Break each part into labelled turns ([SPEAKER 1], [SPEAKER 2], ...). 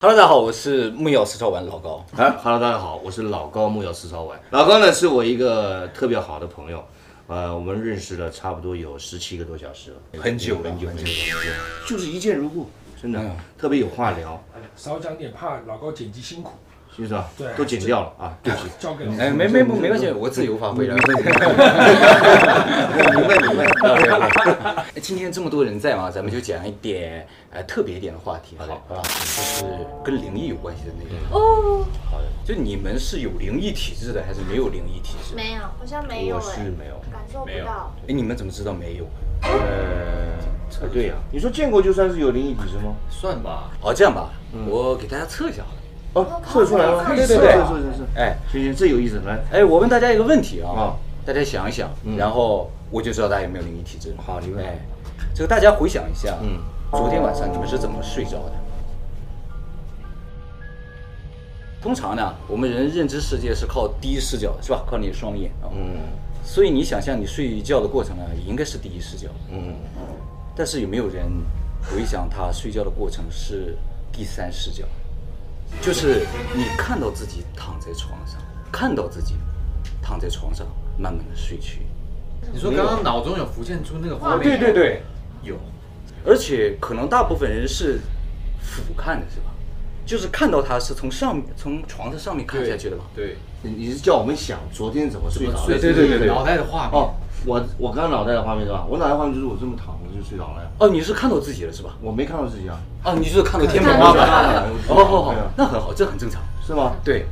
[SPEAKER 1] Hello，大家好，我是木有石头丸老高。
[SPEAKER 2] 哎，Hello，大家好，我是老高木瑶石超玩。老高呢是我一个特别好的朋友，呃，我们认识了差不多有十七个多小时了，
[SPEAKER 1] 很久了
[SPEAKER 2] 很久
[SPEAKER 1] 很
[SPEAKER 2] 很
[SPEAKER 1] 久
[SPEAKER 2] 久，就是一见如故，真
[SPEAKER 3] 嗯
[SPEAKER 2] 的、特别有话聊，
[SPEAKER 4] 少讲点，怕老高剪辑辛苦。
[SPEAKER 2] 是不是啊？
[SPEAKER 4] 对
[SPEAKER 2] 都剪掉了啊，对不起，
[SPEAKER 4] 交给老高。
[SPEAKER 1] 哎，没没没没关系，我自由发挥了。
[SPEAKER 2] 明白明白。
[SPEAKER 1] 今天这么多人在嘛，咱们就讲一点呃特别一点的话题，好
[SPEAKER 2] 的
[SPEAKER 1] 吧？就是跟灵异有关系的内容。
[SPEAKER 5] 哦，
[SPEAKER 1] 好的，就你们是有灵异体质的，还是没有灵异体质？
[SPEAKER 5] 没有，好像没有
[SPEAKER 2] 我
[SPEAKER 5] 哎、
[SPEAKER 2] 是没有，
[SPEAKER 5] 感受不
[SPEAKER 1] 没有。
[SPEAKER 5] 到。
[SPEAKER 1] 哎，你们怎么知道没有？
[SPEAKER 2] 呃，对呀、你说见过就算是有灵异体质吗？
[SPEAKER 3] 算吧，
[SPEAKER 1] 哦，这样吧，我给大家测一下好了。
[SPEAKER 2] 哦，测出来了，
[SPEAKER 5] 对
[SPEAKER 1] 对
[SPEAKER 2] 测
[SPEAKER 1] 对
[SPEAKER 2] 测测测，
[SPEAKER 1] 哎
[SPEAKER 2] 行行，这有意思，来，
[SPEAKER 1] 哎，我问大家一个问题啊
[SPEAKER 2] 啊，
[SPEAKER 1] 大家想一想，然后我就知道大家有没有灵异体质。
[SPEAKER 2] 好你问
[SPEAKER 1] 哎，这个大家回想一下，嗯
[SPEAKER 2] 嗯，
[SPEAKER 1] 昨天晚上你们是怎么睡着的？通常呢，我们人认知世界是靠第一视角，是吧？靠你的双眼啊。嗯。所以你想象你睡觉的过程呢，啊也应该是第一视角。
[SPEAKER 2] 嗯，
[SPEAKER 1] 但是有没有人回想他睡觉的过程是第三视角？就是你看到自己躺在床上，看到自己躺在床上慢慢的睡去。
[SPEAKER 3] 你说刚刚脑中有浮现出那个画
[SPEAKER 5] 哦
[SPEAKER 3] 面，
[SPEAKER 5] 对对
[SPEAKER 1] 对，
[SPEAKER 3] 有，
[SPEAKER 1] 而且可能大部分人是俯瞰的，是吧？就是看到他是从上面从床的上面看下去的吧？
[SPEAKER 3] 对，
[SPEAKER 2] 你你是叫我们想昨天怎么睡
[SPEAKER 3] 怎么
[SPEAKER 2] 着的？
[SPEAKER 3] 睡
[SPEAKER 1] 对对对对
[SPEAKER 3] 脑袋的画面，
[SPEAKER 2] 哦，我我刚刚脑袋的画面是吧？我脑袋画面就是我这么躺着就睡着了呀，
[SPEAKER 1] 哦，你是看到自己了是吧？
[SPEAKER 2] 我没看到自己啊，
[SPEAKER 1] 哦，你就是看到天花
[SPEAKER 2] 看到
[SPEAKER 1] 板
[SPEAKER 2] 了
[SPEAKER 1] 了。
[SPEAKER 2] 看
[SPEAKER 1] 哦，
[SPEAKER 2] 到了
[SPEAKER 1] 好好
[SPEAKER 2] 对啊，
[SPEAKER 1] 那很好，这很正常。
[SPEAKER 2] 是吗？
[SPEAKER 1] 对，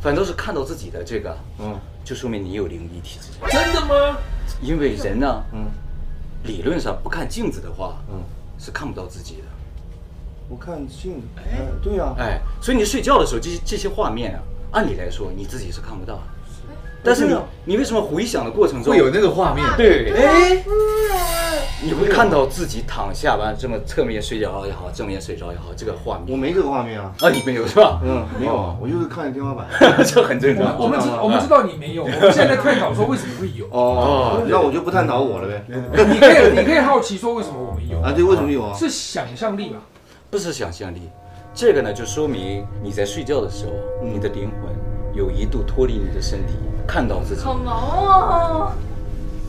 [SPEAKER 1] 反倒是看到自己的这个，
[SPEAKER 2] 嗯
[SPEAKER 1] 就说明你有灵异体质。
[SPEAKER 3] 真的吗？
[SPEAKER 1] 因为人呢，
[SPEAKER 2] 嗯，
[SPEAKER 1] 理论上不看镜子的话，
[SPEAKER 2] 嗯
[SPEAKER 1] 是看不到自己的。
[SPEAKER 2] 我看镜子，哎，对呀、
[SPEAKER 1] 哎，所以你睡觉的时候，这些这些画面啊，按理来说你自己是看不到的。但是你
[SPEAKER 2] 对啊
[SPEAKER 1] 你为什么回想的过程中
[SPEAKER 3] 会有那个画面，
[SPEAKER 1] 对，哎，
[SPEAKER 5] 嗯，
[SPEAKER 1] 你会看到自己躺下完这么侧面睡着也好，正面睡着也好，这个画
[SPEAKER 2] 我
[SPEAKER 1] 面
[SPEAKER 2] 没这个画面啊，
[SPEAKER 1] 啊，你没有是吧？
[SPEAKER 2] 嗯，没有啊，我就是看着天花板。
[SPEAKER 1] 这很正常。
[SPEAKER 4] 我们知我们知道你没有，我们现在探讨说为什么会有。
[SPEAKER 2] 哦，那我就不探讨我了呗。
[SPEAKER 4] 你可以你可以好奇说为什么我们有，
[SPEAKER 2] 啊，对，为什么有啊？
[SPEAKER 4] 是想象力吧？
[SPEAKER 1] 不是想象力，这个呢就说明你在睡觉的时候，你的灵魂有一度脱离你的身体，看到自己，
[SPEAKER 5] 好萌哦。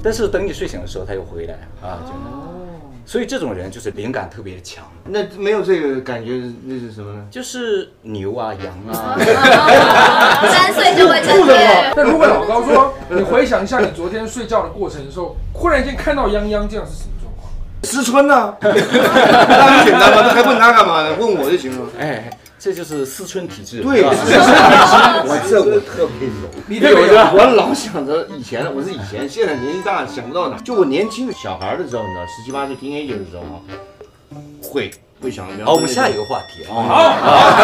[SPEAKER 1] 但是等你睡醒的时候，它又回来啊，就那所以这种人就是灵感特别强，
[SPEAKER 2] 那没有这个感觉，那是什么呢？
[SPEAKER 1] 就是牛啊、羊啊，
[SPEAKER 5] 三岁就会这样。
[SPEAKER 4] 但如果老高说，你回想一下你昨天睡觉的过程的时候，忽然间看到泱泱这样是什么状况？
[SPEAKER 2] 思春呐，那很简单嘛，那还问他干嘛呢？问我就行了。
[SPEAKER 1] 哎，这就是思春体质。
[SPEAKER 2] 对，思春 我哎这我特别有，
[SPEAKER 4] 你
[SPEAKER 1] 有
[SPEAKER 4] 有
[SPEAKER 1] 的
[SPEAKER 2] 我老想着以前，我是以前，现在年纪大想不到哪。就我年轻的小孩的时候，你知道，十七八岁 teenager 的时候啊，会会想着。
[SPEAKER 1] 好，我们下一个话题啊，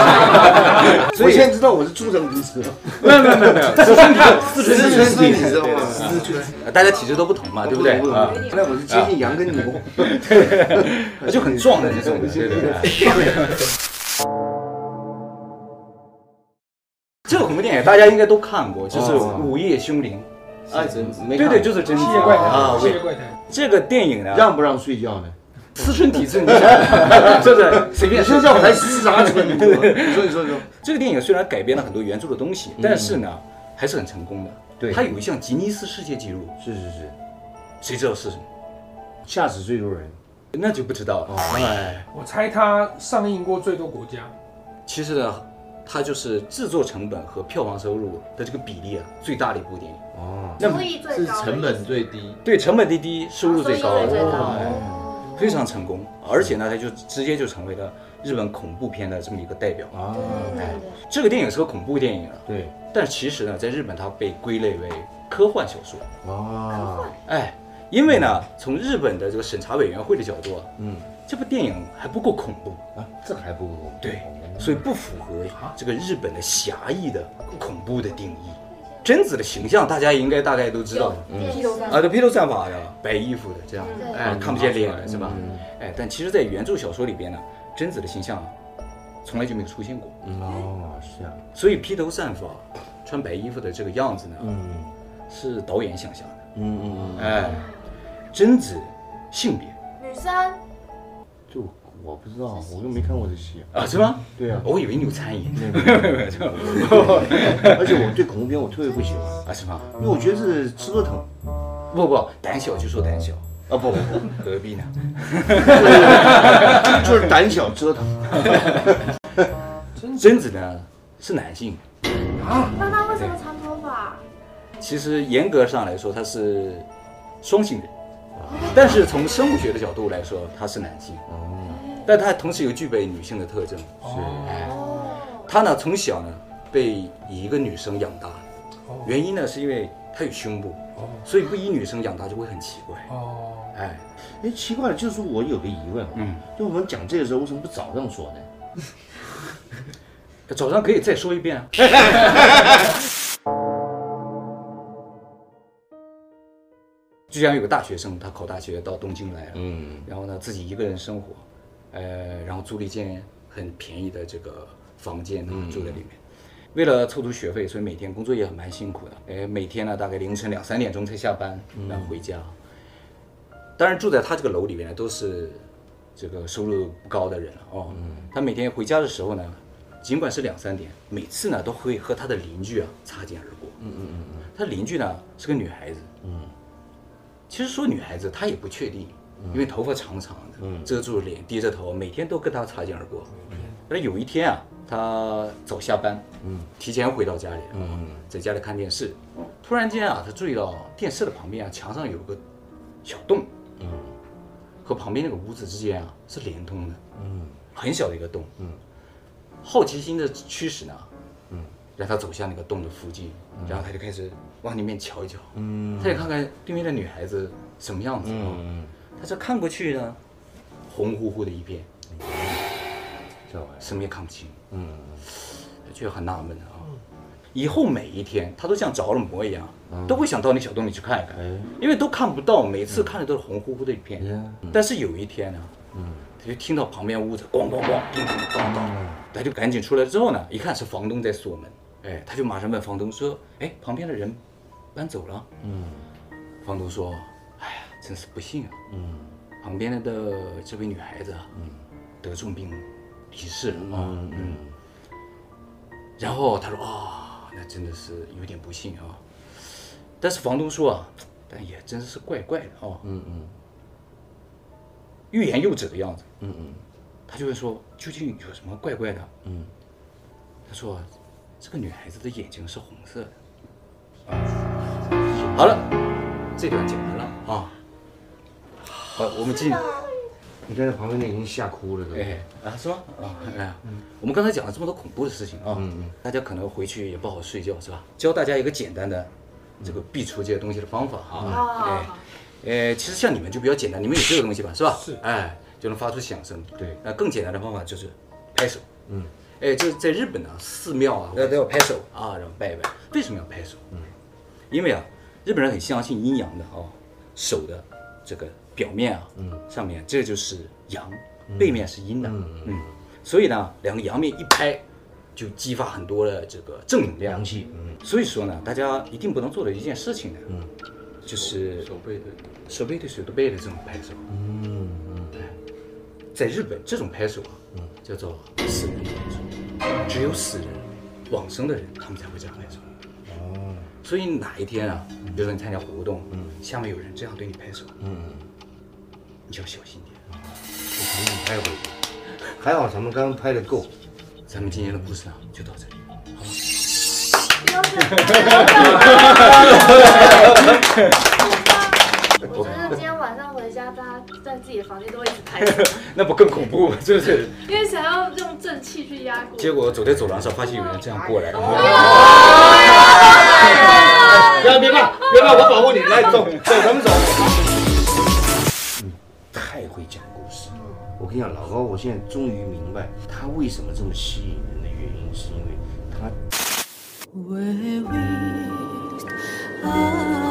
[SPEAKER 2] 我现在知道我是出生鼻子了，
[SPEAKER 1] 没有没有没有没有，思春体思
[SPEAKER 2] 思
[SPEAKER 1] 春体
[SPEAKER 2] 你知道吗？思春。
[SPEAKER 1] 质，大家体质都不同嘛，对不对？啊，
[SPEAKER 2] 原来我是接近羊跟牛。
[SPEAKER 1] 就很壮的那种人，对对对。这个恐怖电影大家应该都看过，就是《午夜凶铃
[SPEAKER 2] 哎，真》，没
[SPEAKER 1] 对
[SPEAKER 2] 看
[SPEAKER 1] 对，就是真
[SPEAKER 4] 吸
[SPEAKER 1] 的
[SPEAKER 4] 血怪
[SPEAKER 1] 啊
[SPEAKER 4] 谈，。吸
[SPEAKER 1] 喂
[SPEAKER 4] 血怪谈，
[SPEAKER 1] 这个电影呢，
[SPEAKER 2] 让不让睡觉呢？
[SPEAKER 1] 思春体质，你想，就是随
[SPEAKER 2] 你
[SPEAKER 1] 便
[SPEAKER 2] 睡觉还吸啥春？你说你说你说，
[SPEAKER 1] 这个电影虽然改编了很多原著的东西，但是呢，还是很成功的。
[SPEAKER 2] 对
[SPEAKER 1] 它有一项吉尼斯世界纪录，
[SPEAKER 2] 是是是，
[SPEAKER 1] 谁知道是什么？
[SPEAKER 2] 吓死最多人。
[SPEAKER 1] 那就不知道了。哎，
[SPEAKER 4] 我猜他上映过最多国家，
[SPEAKER 1] 其实呢，它就是制作成本和票房收入的这个比例啊，最大的一部电影。
[SPEAKER 2] 哦，
[SPEAKER 5] 收益最
[SPEAKER 3] 是
[SPEAKER 5] 高，
[SPEAKER 3] 成本最低，
[SPEAKER 1] 对，成本最低，收入最高，
[SPEAKER 5] 啊收益最高
[SPEAKER 1] 哦非常成功。而且呢，它就直接就成为了日本恐怖片的这么一个代表。
[SPEAKER 2] 啊，
[SPEAKER 1] 嗯这个电影是个恐怖电影啊，
[SPEAKER 2] 对，
[SPEAKER 1] 但其实呢，在日本它被归类为科幻小说。
[SPEAKER 2] 哇，
[SPEAKER 1] 哎，因为呢，从日本的这个审查委员会的角度啊，
[SPEAKER 2] 嗯，
[SPEAKER 1] 这部电影还不够恐怖，
[SPEAKER 2] 啊，这还不够。
[SPEAKER 1] 对，
[SPEAKER 2] 嗯
[SPEAKER 1] 所以不符合
[SPEAKER 2] 啊
[SPEAKER 1] 这个日本的狭义的恐怖的定义。贞子的形象大家应该大概都知道的，
[SPEAKER 5] 电视
[SPEAKER 1] 啊，这披头散发的，白衣服的这样，
[SPEAKER 5] 对
[SPEAKER 1] 哎，
[SPEAKER 3] 嗯
[SPEAKER 1] 看不见脸的是吧？哎，但其实，在原著小说里边呢，贞子的形象啊从来就没有出现过，
[SPEAKER 2] 哦，是啊，
[SPEAKER 1] 所以披头散发、穿白衣服的这个样子呢，
[SPEAKER 2] 嗯
[SPEAKER 1] 是导演想象的。
[SPEAKER 2] 嗯嗯嗯，
[SPEAKER 1] 哎，贞子性别
[SPEAKER 5] 女生
[SPEAKER 2] 就我不知道，我又没看过这戏。
[SPEAKER 1] 啊，是吗？
[SPEAKER 2] 对 啊
[SPEAKER 1] 我以为你有参与
[SPEAKER 2] 没有没有没有而且我对恐怖片我特别不喜欢，
[SPEAKER 1] 啊，是吗？
[SPEAKER 2] 因为我觉得是折腾。
[SPEAKER 1] 不不，胆小就说胆小，
[SPEAKER 2] 啊不不不，
[SPEAKER 1] 何必呢？
[SPEAKER 2] 就是胆小折腾。
[SPEAKER 1] 贞子呢是男性，
[SPEAKER 5] 那他为什么长头发？
[SPEAKER 1] 其实严格上来说他是双性人，
[SPEAKER 4] 哦
[SPEAKER 1] 但是从生物学的角度来说他是男性，但他同时又具备女性的特征。
[SPEAKER 5] 哦，
[SPEAKER 1] 他呢从小呢被以一个女生养大
[SPEAKER 4] 哦，
[SPEAKER 1] 原因呢是因为他有胸部，所以不以女生养大就会很奇怪。
[SPEAKER 4] 哦，
[SPEAKER 1] 哎，
[SPEAKER 2] 哎，奇怪，就是我有个疑问啊，
[SPEAKER 1] 嗯
[SPEAKER 2] 就我们讲这个时候为什么不早上说呢？
[SPEAKER 1] 早上可以再说一遍啊。就像有个大学生，他考大学到东京来了，
[SPEAKER 2] 嗯，
[SPEAKER 1] 然后呢自己一个人生活，呃，然后租了一间很便宜的这个房间，他住在里面。为了凑足学费，所以每天工作也很蛮辛苦的。哎，每天呢大概凌晨两三点钟才下班，然后回家。当然住在他这个楼里面呢，都是这个收入不高的人了哦。他每天回家的时候呢，尽管是两三点，每次呢都会和他的邻居啊擦肩而过。嗯嗯嗯嗯。他邻居呢是个女孩子。嗯。其实说女孩子，他也不确定，因为头发长长的，遮住脸，低着头，每天都跟他擦肩而过。但是有一天啊，他早下班，嗯，提前回到家里，嗯，在家里看电视，突然间啊，他注意到电视的旁边啊，墙上有个小洞，嗯，和旁边那个屋子之间啊是连通的，嗯，很小的一个洞，嗯，好奇心的驱使呢，嗯，让他走向那个洞的附近，
[SPEAKER 2] 嗯
[SPEAKER 1] 然后他就开始往里面瞧一瞧，嗯，他也看看对面的女孩子什么样子
[SPEAKER 2] 嗯
[SPEAKER 1] 啊，他这看过去呢，红乎乎的一片，
[SPEAKER 2] 嗯这玩意儿，
[SPEAKER 1] 什么也看不清，
[SPEAKER 2] 嗯，
[SPEAKER 1] 他觉得很纳闷啊。以后每一天，他都像着了魔一样，都会想到那小洞里去看一看，
[SPEAKER 2] 嗯哎，
[SPEAKER 1] 因为都看不到，每次看的都是红乎乎的一片。
[SPEAKER 2] 嗯
[SPEAKER 1] 但是有一天呢，他就听到旁边屋子咣咣咣叮叮当当，
[SPEAKER 2] 嗯
[SPEAKER 1] 他就赶紧出来之后呢，一看是房东在锁门，哎，他就马上问房东说：“哎，旁边的人搬走了？”
[SPEAKER 2] 嗯
[SPEAKER 1] 房东说：“哎呀，真是不幸啊，
[SPEAKER 2] 嗯
[SPEAKER 1] 旁边的这位女孩子啊，得重病离世了啊。
[SPEAKER 2] 嗯嗯，
[SPEAKER 1] 然后他说：“啊、那真的是有点不幸啊。”但是房东说啊，但也真是怪怪的啊，
[SPEAKER 2] 嗯嗯
[SPEAKER 1] 欲言又止的样子。
[SPEAKER 2] 嗯嗯
[SPEAKER 1] 他就会说：“究竟有什么怪怪的
[SPEAKER 2] 嗯，？”
[SPEAKER 1] 他说啊：“这个女孩子的眼睛是红色的。”
[SPEAKER 2] 啊
[SPEAKER 1] 好了，这段讲完了啊。好，我们进。
[SPEAKER 2] 你看在旁边那已经吓哭了，都。
[SPEAKER 1] 哎啊，是吗？啊，哎呀，我们刚才讲了这么多恐怖的事情啊，
[SPEAKER 2] 嗯嗯
[SPEAKER 1] 大家可能回去也不好睡觉，是吧？教大家一个简单的这个避除这些东西的方法
[SPEAKER 2] 嗯
[SPEAKER 1] 啊，哎，呃，其实像你们就比较简单，你们有这个东西吧，是吧？
[SPEAKER 4] 是
[SPEAKER 1] 哎，就能发出响声。
[SPEAKER 2] 对
[SPEAKER 1] 那更简单的方法就是拍手。嗯，哎，就是在日本啊，寺庙啊，那都要拍手啊，然后拜一拜。为什么要拍手？嗯，因为啊，日本人很相信阴阳的啊，手的这个表面啊，嗯，上面这就是阳，背面是阴的，嗯，所以呢，两个阳面一拍，就激发很多的这个正能量
[SPEAKER 2] 阳。气，嗯，
[SPEAKER 1] 所以说呢，大家一定不能做的一件事情呢，
[SPEAKER 2] 嗯，
[SPEAKER 1] 就是
[SPEAKER 3] 手背对，
[SPEAKER 1] 手背对手的背的这种拍手。
[SPEAKER 2] 嗯
[SPEAKER 1] 在日本，这种拍手啊，叫做死人拍手，只有死人、往生的人，他们才会这样拍手。
[SPEAKER 2] 哦，
[SPEAKER 1] 所以哪一天啊，比如说你参加活动，下面有人这样对你拍手，
[SPEAKER 2] 嗯，
[SPEAKER 1] 你就要小心点。
[SPEAKER 2] 我赶紧拍回去。还好咱们刚刚拍的够，
[SPEAKER 1] 咱们今天的故事呢，就到这里。
[SPEAKER 5] 标准标准我觉得今天晚上回家，大家在自己的房间都会一直拍手，
[SPEAKER 1] 那不更恐怖吗？是不是？
[SPEAKER 5] 因为想要用正气去压过。
[SPEAKER 1] 结果走在走廊上，发现有人这样过来，
[SPEAKER 2] 不要别怕，别怕，我保护你，来走走，咱们走。你太会讲故事了，我跟你讲，老高，我现在终于明白他为什么这么吸引人的原因，是因为他
[SPEAKER 6] We wished I